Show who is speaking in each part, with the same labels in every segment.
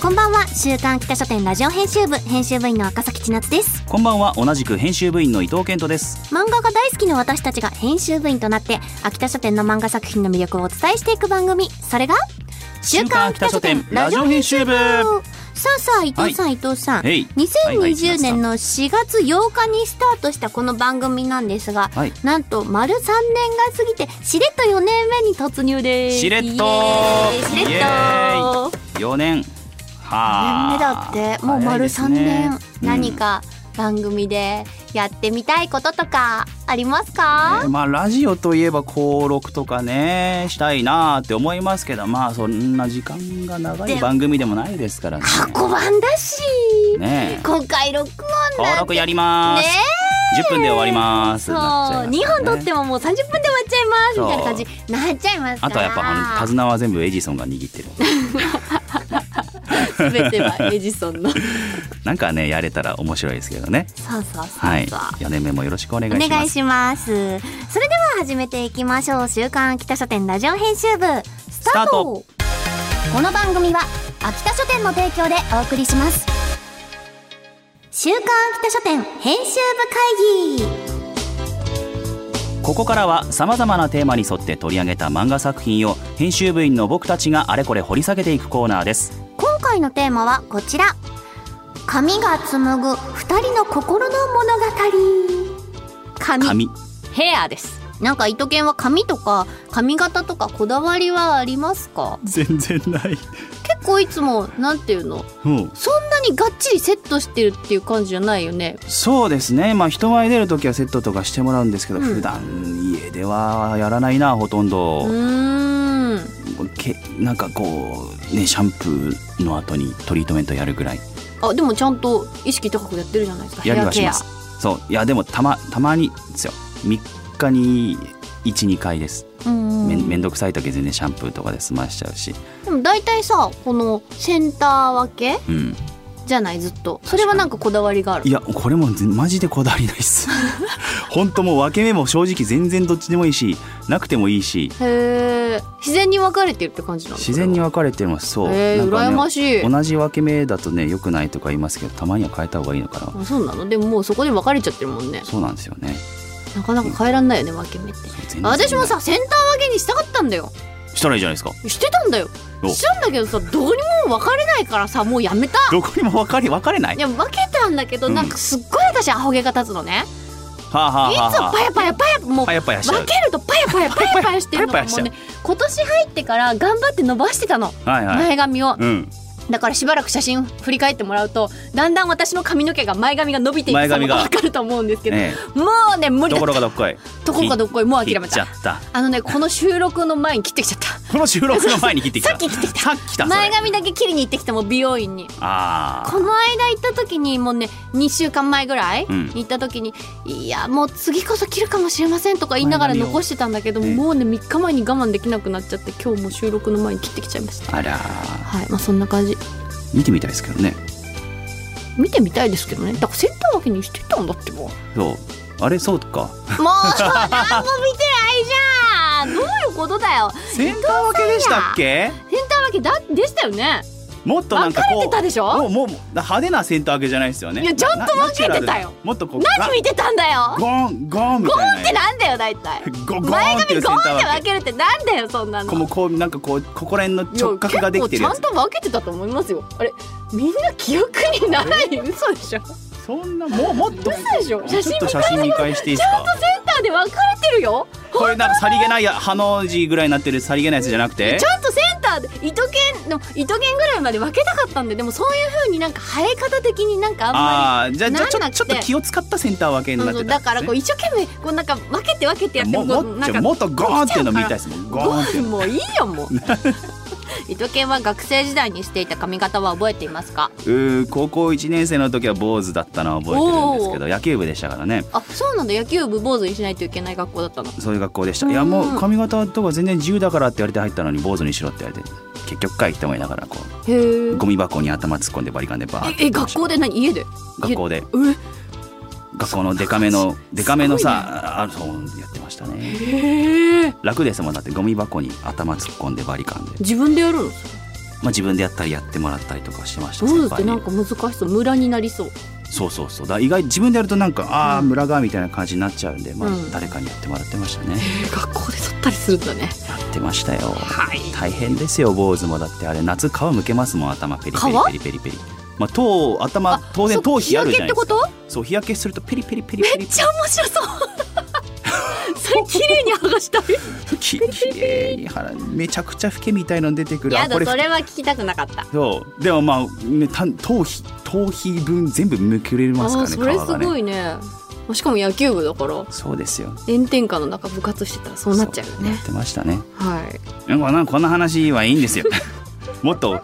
Speaker 1: こんばんは、週刊北書店ラジオ編集部編集部員の赤崎千夏です。
Speaker 2: こんばんは同じく編集部員の伊藤健人です
Speaker 1: 漫画が大好きな私たちが編集部員となって秋田書店の漫画作品の魅力をお伝えしていく番組それが「週刊秋田書店ラジオ編集部」さあさあ伊藤さん、伊藤さん
Speaker 2: はい
Speaker 1: 2020年の4月8日にスタートしたこの番組なんですが、
Speaker 2: はい
Speaker 1: なんと丸3年が過ぎてしれっと4年目に突入です
Speaker 2: しれっと
Speaker 1: イエーイしれっと
Speaker 2: イエー
Speaker 1: 4
Speaker 2: 4年
Speaker 1: 年目
Speaker 2: はあ
Speaker 1: だってもう丸3
Speaker 2: 早い
Speaker 1: 年、
Speaker 2: ですね
Speaker 1: 何、か番組でやってみたいこととかあります
Speaker 2: うん
Speaker 1: か、
Speaker 2: ねまあラジオといえば登録とかねしたいなって思いますけどまあそんな時間が長
Speaker 1: で
Speaker 2: い
Speaker 1: も
Speaker 2: 番組でもないですからね
Speaker 1: 箱番だし、
Speaker 2: ね
Speaker 1: 今回録音
Speaker 2: 登
Speaker 1: なん
Speaker 2: 録
Speaker 1: て
Speaker 2: やります、
Speaker 1: ね
Speaker 2: 10分で終わります
Speaker 1: そう
Speaker 2: なっちゃいます
Speaker 1: 2
Speaker 2: からね
Speaker 1: 本取ってももう30分で終わっちゃいますみたいな感じ
Speaker 2: そ
Speaker 1: になっちゃいます
Speaker 2: あ
Speaker 1: か
Speaker 2: と
Speaker 1: ら
Speaker 2: はやっぱあの手綱は全部エジソンが握ってる
Speaker 1: 全てはエジソンの そう
Speaker 2: なんかねやれたら面白いですけどね
Speaker 1: そうそうそう、
Speaker 2: はい4年目もよろしくお願い
Speaker 1: お
Speaker 2: しま
Speaker 1: 願い
Speaker 2: す
Speaker 1: しますそれでは始めていきましょう週刊秋田書店ラジオ編集部スタート
Speaker 2: スタート
Speaker 1: この番組は秋田書店の提供でお送りします週刊秋田書店編集部会議
Speaker 2: ここからはさまざまなテーマに沿って取り上げた漫画作品を編集部員の僕たちがあれこれ掘り下げていくコーナーです
Speaker 1: 今回のテーマはこちら紙が紡ぐ二人の心の物語紙
Speaker 2: 紙
Speaker 1: ヘアですなんか糸犬は髪とか髪型とかこだわりはありますか
Speaker 2: 全然ない
Speaker 1: 結構いつもなんていうの
Speaker 2: うん
Speaker 1: そんなにがっちりセットしてるっていう感じじゃないよね。
Speaker 2: そうですねまあ人前出る時はセットとかしてもらうんですけど、
Speaker 1: うん
Speaker 2: 普段家ではやらないなほとん
Speaker 1: う
Speaker 2: ど、
Speaker 1: ーん。
Speaker 2: けなんかこうねシャンプーの後にトリートメントやるぐらい
Speaker 1: あ、でもちゃんと意識高くやってるじゃないですか。
Speaker 2: やりはし
Speaker 1: ヘア
Speaker 2: ま
Speaker 1: ケ
Speaker 2: すそういやでもたまたまにですよ3日に12回です
Speaker 1: ア。うん
Speaker 2: めんめんどくさい時全然シャンプーとかで済ましちゃうし
Speaker 1: でも大体さ、このセンター分け
Speaker 2: うん
Speaker 1: じゃないずっと。それはなんかこだわりがあ
Speaker 2: い
Speaker 1: る。
Speaker 2: やこれもぜマジでこだわりない っす本当もう分け目も正直全然どっちでもいいしなくてもいいし
Speaker 1: へえ。自然に分かれてるって感じなの。
Speaker 2: 自然に分かれてますそう、
Speaker 1: へえ、
Speaker 2: なんかね
Speaker 1: 羨ましい。
Speaker 2: 同じ分け目だとね良くないとか言いますけどたまには変えた方がいいのかな
Speaker 1: あそうなの。でももうそこで分かれちゃってるもんね。
Speaker 2: そうなんですよね
Speaker 1: なかなか変えらんないよね、分け目って。
Speaker 2: 全然
Speaker 1: 私もさ、センター分けにしたかったんだよ。
Speaker 2: したらいいじゃないですか
Speaker 1: してたんだよ。
Speaker 2: お
Speaker 1: したんだけどさ、どうにも分かれないからさ、もうやめた。
Speaker 2: どこにも分かり分かれない
Speaker 1: いや分けたんだけど、
Speaker 2: うん
Speaker 1: なんかすっごい私アホ毛が立つのね
Speaker 2: はあ、はあ
Speaker 1: いつ
Speaker 2: はあ
Speaker 1: も
Speaker 2: は
Speaker 1: パヤパヤパヤもう
Speaker 2: パ
Speaker 1: 分
Speaker 2: ヤパヤしちゃう
Speaker 1: けるとパヤパヤパヤパヤしてるの
Speaker 2: パ
Speaker 1: が
Speaker 2: ヤパヤ
Speaker 1: も
Speaker 2: し
Speaker 1: う
Speaker 2: ちゃう
Speaker 1: ね今年入ってから頑張って伸ばしてたの、
Speaker 2: はいはい
Speaker 1: 前髪を
Speaker 2: うん
Speaker 1: だからしばらく写真振り返ってもらうとだんだん私の髪の毛が前髪が伸びていく
Speaker 2: 前
Speaker 1: 様
Speaker 2: 髪
Speaker 1: が
Speaker 2: が
Speaker 1: 分かると思うんですけど、
Speaker 2: え
Speaker 1: もうね無
Speaker 2: え
Speaker 1: 理
Speaker 2: と
Speaker 1: だ
Speaker 2: ころ
Speaker 1: っ
Speaker 2: がどっこい
Speaker 1: たところがどっこいもう諦め
Speaker 2: 切っちゃ
Speaker 1: た
Speaker 2: った
Speaker 1: あのねこの収録の前に切ってきちゃった
Speaker 2: この収録の前に切ってきた
Speaker 1: さっき切ってきた
Speaker 2: さっきだそれ
Speaker 1: 前髪だけ切りに行ってきたもう美容院に
Speaker 2: ああ
Speaker 1: この間行った時にもうね2週間前ぐらい、
Speaker 2: うん
Speaker 1: 行った時に「いやもう次こそ切るかもしれません」とか言いながら
Speaker 2: 前髪を
Speaker 1: 残してたんだけど、
Speaker 2: ね
Speaker 1: もうね3日前に我慢できなくなっちゃって今日も収録の前に切ってきちゃいました
Speaker 2: あら
Speaker 1: はいまあそんな感じ
Speaker 2: 見てみたいですけどね
Speaker 1: 見てみたいですけどねだからセンター分けにしてたんだってもうも
Speaker 2: そうあれそうか
Speaker 1: う何も見てないじゃんどういうことだよ
Speaker 2: センター分けでしたっけ
Speaker 1: センター分けだでしたよね
Speaker 2: もっとなんかこう
Speaker 1: 分かれてたでしょ
Speaker 2: もうもう派手なセンター分けじゃないですよね
Speaker 1: いやちゃんと
Speaker 2: な
Speaker 1: 分けてたよ
Speaker 2: ナチュラルなもっとこう
Speaker 1: 何見てたんだよ
Speaker 2: ゴンゴンみ
Speaker 1: ゴ
Speaker 2: た
Speaker 1: ー
Speaker 2: い
Speaker 1: ン
Speaker 2: な
Speaker 1: ってなんだよ大体
Speaker 2: ゴンゴ
Speaker 1: 前
Speaker 2: ーンってい
Speaker 1: 髪
Speaker 2: う
Speaker 1: ゴ
Speaker 2: セ
Speaker 1: ー
Speaker 2: ン
Speaker 1: ンっ
Speaker 2: ター
Speaker 1: て
Speaker 2: 分
Speaker 1: 分けるってなんだよそんなの
Speaker 2: けもうこうなんかこうここら辺の
Speaker 1: いや
Speaker 2: 直角ができてるや
Speaker 1: 結構ちゃんと分けてたと思いますよあれみんな記憶にない嘘でしょセン
Speaker 2: つそんなもうもっと
Speaker 1: でしょ写真
Speaker 2: ちょっと写真見返していいですか
Speaker 1: ターで分かれてるよ
Speaker 2: これなんかさりげないやハの字ぐらいになってるさりげないやつじゃなくて
Speaker 1: ちゃんとセンターで糸剣の糸剣ぐらいまで分けたかったんででもそういう風になんか生え方的になんかあんま
Speaker 2: ああーじゃあじゃあち
Speaker 1: なんな
Speaker 2: ょ
Speaker 1: くて
Speaker 2: ちょっと気を使ったセンター分け
Speaker 1: り
Speaker 2: になっ
Speaker 1: そう
Speaker 2: てたんですね
Speaker 1: だからこう一生懸命こうなんか分けて分けてやって
Speaker 2: も
Speaker 1: も
Speaker 2: も
Speaker 1: こう
Speaker 2: っ
Speaker 1: なん
Speaker 2: と
Speaker 1: か
Speaker 2: もっとゴーンっていうの見たいですもんゴーン
Speaker 1: ゴ
Speaker 2: って
Speaker 1: ーンもういいよもう 伊藤健は学生時代にしていた髪型は覚えていますか
Speaker 2: うー高校1年生の時は坊主だったのは覚えてるんですけど野球部でしたからね
Speaker 1: あそうなんだ野球部坊主にしないといけない学校だったの
Speaker 2: そういう学校でしたいやもう髪型とか全然自由だからって言われて入ったのに坊主にしろって言われて結局かい人もいながらこ
Speaker 1: へ
Speaker 2: う
Speaker 1: ー
Speaker 2: ゴミ箱に頭突っ込んでバリカンでバーって
Speaker 1: ええ学校で何家で
Speaker 2: 学校で
Speaker 1: え
Speaker 2: 学校のデカめのデカめの
Speaker 1: すごい
Speaker 2: さああそうやってましたね
Speaker 1: へえ
Speaker 2: 楽ですもんだってゴミ箱に頭突っ込んでバリカンで、
Speaker 1: 自分でやるの
Speaker 2: まあ、自分でやったりやってもらったりとかしてました
Speaker 1: 坊主って
Speaker 2: 先輩に
Speaker 1: なんか難しそうムラになりそう
Speaker 2: そうそうそうだから意外に自分でやるとなんかああー村がみたいな感じになっちゃうんで、まあ
Speaker 1: うん、
Speaker 2: 誰かにやってもらってましたね、
Speaker 1: え学校で剃ったりするんだね
Speaker 2: やってましたよ、
Speaker 1: はい
Speaker 2: 大変ですよ坊主もだってあれ夏皮むけますもん頭ペリペリ
Speaker 1: 皮
Speaker 2: ペリペリペリまあ頭頭当然
Speaker 1: そう
Speaker 2: 頭皮あるじゃない
Speaker 1: 日焼け
Speaker 2: ですか
Speaker 1: ってこ
Speaker 2: そう日焼けするとペリペリペリペリ
Speaker 1: めっちゃ面白そう それ綺麗に剥がしたい
Speaker 2: ききれいに腹めちゃくちゃフケみたいの出てくるあこれ
Speaker 1: は聞きたくなかった
Speaker 2: そうでもまあ、ね、た頭皮頭皮分全部むくれますからね
Speaker 1: それ
Speaker 2: 皮
Speaker 1: す
Speaker 2: が
Speaker 1: ご
Speaker 2: ね
Speaker 1: いねしかも野球部だから
Speaker 2: そうですよ
Speaker 1: 炎天下の中部活してたらそうなっちゃうよ
Speaker 2: そや
Speaker 1: ね
Speaker 2: ってましたね
Speaker 1: はい
Speaker 2: なんかなんかこんな話はいいんですよもっと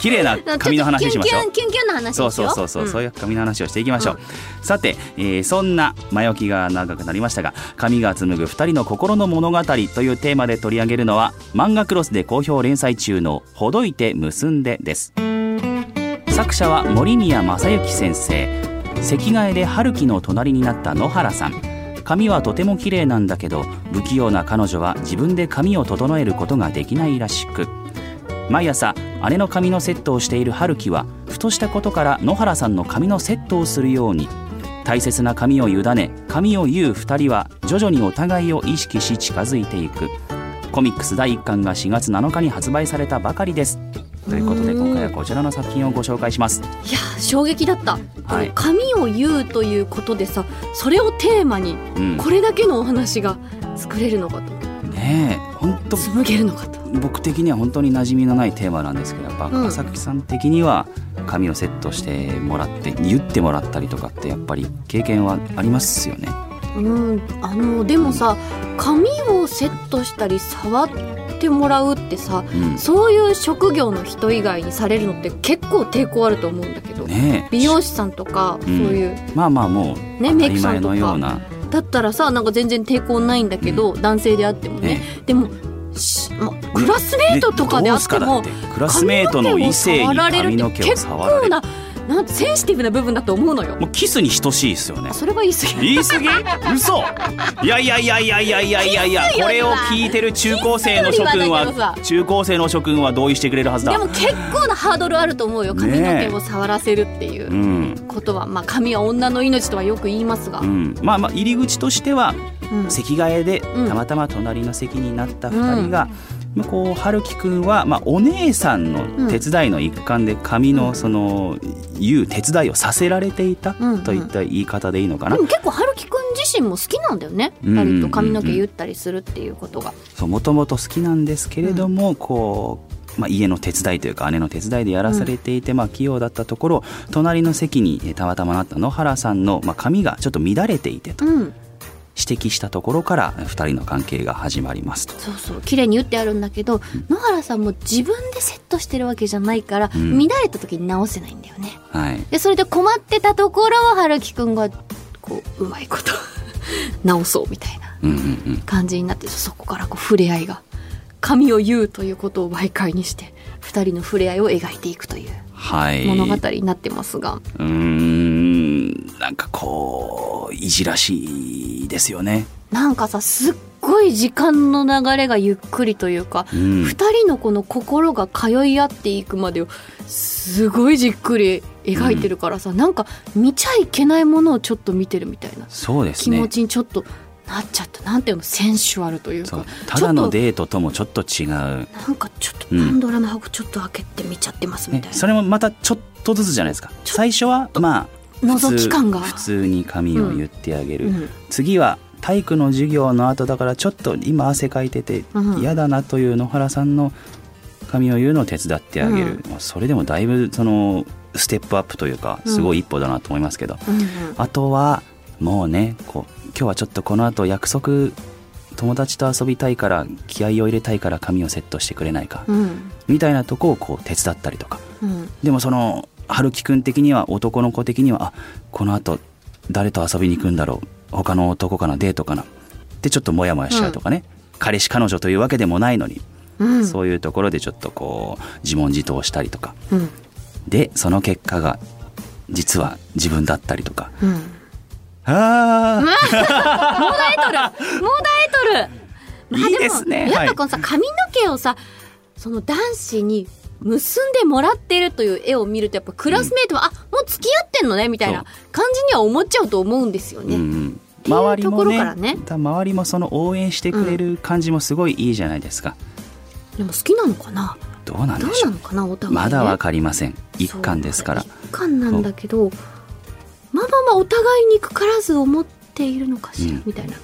Speaker 2: 綺麗な髪の話にしましょう
Speaker 1: キュンキュンキュンキュンの話
Speaker 2: そうそうそうそう、そういう髪の話をしていきましょう、さて、えーそんな前置きが長くなりましたが髪が紡ぐ二人の心の物語というテーマで取り上げるのは漫画クロスで好評連載中の「ほどいて結んで」です作者は森宮正幸先生席替えで春樹の隣になった野原さん髪はとても綺麗なんだけど不器用な彼女は自分で髪を整えることができないらしく毎朝姉の髪のセットをしている春樹はふとしたことから野原さんの髪のセットをするように大切な髪を委ね髪を言う2人は徐々にお互いを意識し近づいていくコミックス第1巻が4月7日に発売されたばかりですということで今回はこちらの作品をご紹介します
Speaker 1: いや衝撃だった、
Speaker 2: はい
Speaker 1: でも髪を言うということでさそれをテーマに
Speaker 2: うん
Speaker 1: これだけのお話が作れるのかと
Speaker 2: ねえ本当
Speaker 1: 紡げるのかと
Speaker 2: 僕的には本当に馴染みのないテーマなんですけどやっぱ
Speaker 1: うん
Speaker 2: 赤崎さん的には髪をセットしてもらって言ってもらったりとかってやっぱり経験はありますよね
Speaker 1: うんあのでもさ髪をセットしたり触ってもらうってさ
Speaker 2: うん
Speaker 1: そういう職業の人以外にされるのって結構抵抗あると思うんだけど、
Speaker 2: ねえ
Speaker 1: 美容師さんとかそういう、
Speaker 2: まあまあもう
Speaker 1: ね
Speaker 2: 当たり前
Speaker 1: メイクさんと
Speaker 2: の
Speaker 1: か
Speaker 2: ような
Speaker 1: だったらさなんか全然抵抗ないんだけど、男性であってもね
Speaker 2: ね
Speaker 1: でもし、ま、クラスメートとかであっても、
Speaker 2: ねどうすかだってクラスメートの異性に髪
Speaker 1: 髪
Speaker 2: の
Speaker 1: の
Speaker 2: 毛
Speaker 1: 毛
Speaker 2: を
Speaker 1: を
Speaker 2: 触
Speaker 1: 触
Speaker 2: ら
Speaker 1: ら
Speaker 2: れ
Speaker 1: れ
Speaker 2: る
Speaker 1: るって結構ななんセンシティブな部分だと思うのよ
Speaker 2: もうキスに等しいですよね
Speaker 1: それは言い過ぎ
Speaker 2: 言い過ぎ嘘いやいやいやいやいやいやいやいや
Speaker 1: キスよりは
Speaker 2: これを聞いてる中高生の諸君
Speaker 1: キスよりはだ
Speaker 2: は
Speaker 1: けどさ
Speaker 2: 中高生の諸君は同意してくれるはずだ
Speaker 1: でも結構なハードルあると思うよ髪の毛を触らせるっていううんことは、まあ髪は女の命とはよく言いますが、
Speaker 2: うん、まあまあ入り口としては
Speaker 1: うん
Speaker 2: 席替えで
Speaker 1: うん
Speaker 2: たまたま隣の席になった2人が、向こう春樹くんは、まあ、お姉さんの手伝いの一環で髪のその言う手伝いをさせられていた
Speaker 1: うん
Speaker 2: といった言い方でいいのかな、
Speaker 1: でも結構春樹くん自身も好きなんだよね、
Speaker 2: うん
Speaker 1: 割と髪の毛言ったりするっていうことが、
Speaker 2: そうもともと好きなんですけれども、こう、まあ、家の手伝いというか姉の手伝いでやらされていて、まあ、器用だったところ隣の席にえーたまたまなった野原さんの、まあ、髪がちょっと乱れていてと
Speaker 1: うん、
Speaker 2: 指摘したところから2人の関係が始まりますと。
Speaker 1: そうそう綺麗に打ってあるんだけど、野原さんも自分でセットしてるわけじゃないから、
Speaker 2: うん
Speaker 1: 乱れた時に直せないんだよね
Speaker 2: はい
Speaker 1: でそれで困ってたところを春樹くんがこううまいこと 直そうみたいな
Speaker 2: うんうんうん、
Speaker 1: 感じになってそこからこう触れ合いが髪を言うということを媒介にして二人の触れ合いを描いていくという
Speaker 2: はい
Speaker 1: 物語になってますが、
Speaker 2: うーんなんかこういじらしいですよね。
Speaker 1: なんかさすっごい時間の流れがゆっくりというか
Speaker 2: うん
Speaker 1: 二人のこの心が通い合っていくまでをすごいじっくり描いてるからさ、なんか見ちゃいけないものをちょっと見てるみたいな
Speaker 2: そうです
Speaker 1: 気
Speaker 2: ね
Speaker 1: 持ちにちょっとなっちゃった、なんていうのセンシュアルという
Speaker 2: そ
Speaker 1: か
Speaker 2: うただ
Speaker 1: ち
Speaker 2: の
Speaker 1: ょっ
Speaker 2: デートともちょっと違う、
Speaker 1: となんかちょっとパ
Speaker 2: うん
Speaker 1: ンドラの箱ちょっと開けて見ちゃってますみ
Speaker 2: ね
Speaker 1: た、いな、
Speaker 2: それもまたちょっとずつじゃないですか最初はまあ普通
Speaker 1: 覗き感が
Speaker 2: 普通に髪を言ってあげる、
Speaker 1: うん
Speaker 2: 次は体育の授業の後だからちょっと今汗かいてて
Speaker 1: うん
Speaker 2: 嫌だなという野原さんの髪を言うのを手伝ってあげる、まあそれでもだいぶそのステップアップというかすごい一歩だなと思いますけど、
Speaker 1: うんうん
Speaker 2: あとはもうねこう今日はちょっとこの後約束友達と遊びたいから気合を入れたいから髪をセットしてくれないか、
Speaker 1: うん
Speaker 2: みたいなとこをこう手伝ったりとか
Speaker 1: うん
Speaker 2: でもその春樹くん的には男の子的にはあこのあと誰と遊びに行くんだろう他の男かなデートかなってちょっとモヤモヤしちゃうとかね、彼氏彼女というわけでもないのに、
Speaker 1: うん
Speaker 2: そういうところでちょっとこう自問自答したりとか
Speaker 1: うん
Speaker 2: でその結果が実は自分だったりとか
Speaker 1: うんもう
Speaker 2: あー
Speaker 1: 耐えとるもう耐えとるまあ
Speaker 2: いいですね
Speaker 1: もやっ
Speaker 2: は
Speaker 1: ぱ
Speaker 2: い
Speaker 1: このさ髪の毛をさその男子に結んでもらってるという絵を見るとやっぱクラスメイトは、あもう付き合ってんのねみたいな感じには思っちゃうと思うんですよ
Speaker 2: うんう
Speaker 1: ね。
Speaker 2: ん
Speaker 1: ていう
Speaker 2: 周り
Speaker 1: と
Speaker 2: も
Speaker 1: ころ
Speaker 2: ね
Speaker 1: からね
Speaker 2: だ周りもその応援してくれる感じもすごいいいじゃないですか、
Speaker 1: でも好きなのかな
Speaker 2: どうなん
Speaker 1: ど
Speaker 2: で
Speaker 1: う
Speaker 2: しょ
Speaker 1: な
Speaker 2: う
Speaker 1: のかなお互い、ね、
Speaker 2: まだわかりません一巻ですから
Speaker 1: そう一巻なんだけどまあまあまあお互いにくからず思っているのかしら、
Speaker 2: うん
Speaker 1: みたいな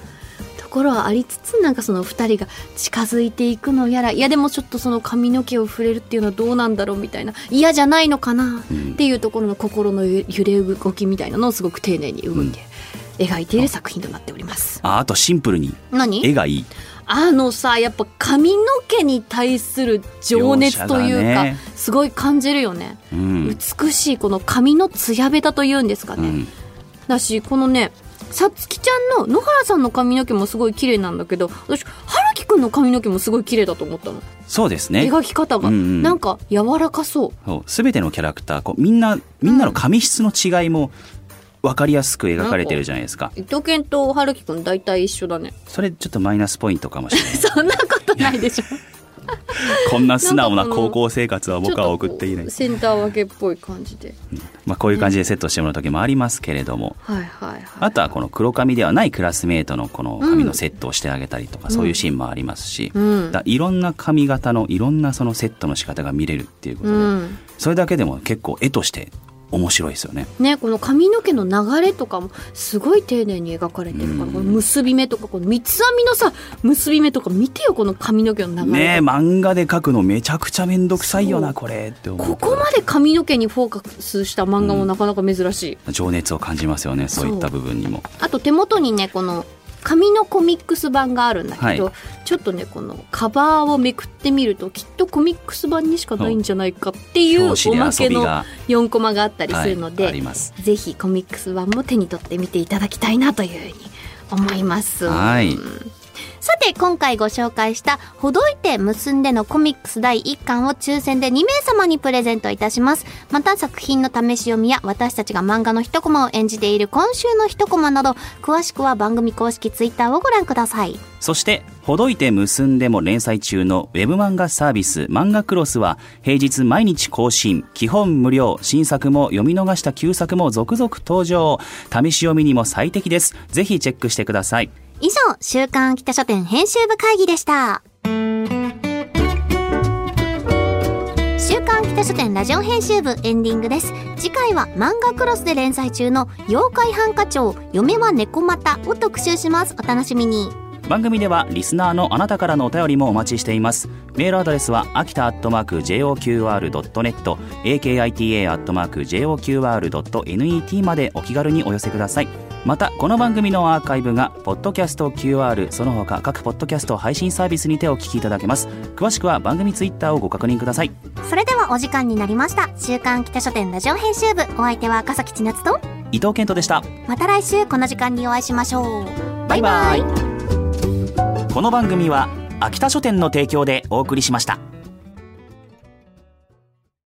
Speaker 1: ところはありつつなんかその二人が近づいていくのやらいやでもちょっとその髪の毛を触れるっていうのはどうなんだろうみたいな嫌じゃないのかな
Speaker 2: うん
Speaker 1: っていうところの心のゆ揺れ動きみたいなのをすごく丁寧に動いて描いている作品となっております。
Speaker 2: ああとシンプルに
Speaker 1: 何
Speaker 2: 絵がいい
Speaker 1: あのさやっぱ髪の毛に対する情熱というか、
Speaker 2: 描写がね
Speaker 1: すごい感じるよね。
Speaker 2: うん、
Speaker 1: 美しいこの髪の艶べたというんですか
Speaker 2: う
Speaker 1: ね、
Speaker 2: ん、
Speaker 1: だしこのねさつきちゃんの野原さんの髪の毛もすごい綺麗なんだけど私春樹くんの髪の毛もすごい綺麗だと思ったの
Speaker 2: そうですね
Speaker 1: 描き方が、
Speaker 2: うんうん
Speaker 1: なんか柔らかそう
Speaker 2: そう全てのキャラクターこうみんなみんなの髪質の違いも分かりやすく描かれてるじゃないですか
Speaker 1: 伊藤健と春樹くん大体一緒だね
Speaker 2: それちょっとマイナスポイントかもしれない
Speaker 1: そんなことないでしょ
Speaker 2: こんな素直な
Speaker 1: なんかこの
Speaker 2: 高校生活は 僕は送っていない
Speaker 1: ちょとこうセンター分けっぽい感じで
Speaker 2: まあ、こういう感じでセットしてもらう時もありますけれども
Speaker 1: はいはいはい
Speaker 2: あとはこの黒髪ではないクラスメートのこの髪のセットをしてあげたりとか、そういうシーンもありますし、
Speaker 1: うん
Speaker 2: だいろんな髪型のいろんなそのセットの仕方が見れるっていうこと
Speaker 1: う
Speaker 2: で、
Speaker 1: ん
Speaker 2: それだけでも結構絵として面白いですよね。
Speaker 1: ね、この髪の毛の流れとかもすごい丁寧に描かれてるから、
Speaker 2: うん
Speaker 1: この結び目とかこの三つ編みのさ結び目とか見てよこの髪の毛の流れ、
Speaker 2: ねえ漫画で描くのめちゃくちゃめんどくさい
Speaker 1: そ
Speaker 2: よ
Speaker 1: う
Speaker 2: なこれって思う
Speaker 1: ここまで髪の毛にフォーカスした漫画もなかなか珍しい、
Speaker 2: 情熱を感じますよねそういった部分にも
Speaker 1: あと手元にねこの紙のコミックス版があるんだけど、
Speaker 2: は
Speaker 1: ちょっとねこのカバーをめくってみるときっとコミックス版にしかないんじゃないかっていう
Speaker 2: 表
Speaker 1: お
Speaker 2: 紙
Speaker 1: ま
Speaker 2: で
Speaker 1: け
Speaker 2: 遊び
Speaker 1: の
Speaker 2: が、
Speaker 1: 4コマがあったり
Speaker 2: は
Speaker 1: す
Speaker 2: い
Speaker 1: るので、
Speaker 2: あります
Speaker 1: ぜひコミックス版も手に取ってみていただきたいなというふうに思います。
Speaker 2: はい
Speaker 3: さて今回ご紹介した「ほどいて結んで」のコミックス第1巻を抽選で2名様にプレゼントいたしますまた作品の試し読みや私たちが漫画の一コマを演じている今週の一コマなど詳しくは番組公式ツイッターをご覧ください
Speaker 2: そして「ほどいて結んで」も連載中のウェブ漫画サービス「漫画クロス」は平日毎日更新基本無料新作も読み逃した旧作も続々登場試し読みにも最適ですぜひチェックしてください
Speaker 3: 以上週刊秋田書店編集部会議でした週刊秋田書店ラジオ編集部エンディングです次回は漫画クロスで連載中の妖怪ハンカチョウ嫁は猫股を特集しますお楽しみに
Speaker 2: 番組ではリスナーのあなたからのお便りもお待ちしていますメールアドレスは秋田アットマーク JOQR.net akita アットマーク JOQR.net までお気軽にお寄せくださいまたこの番組のアーカイブがポッドキャスト QR その他各ポッドキャスト配信サービスにてお聞きいただけます詳しくは番組ツイッターをご確認ください
Speaker 3: それではお時間になりました週刊秋田書店ラジオ編集部お相手は赤崎千夏と
Speaker 2: 伊藤健人でした
Speaker 3: また来週この時間にお会いしましょうバイバイ
Speaker 2: この番組は秋田書店の提供でお送りしました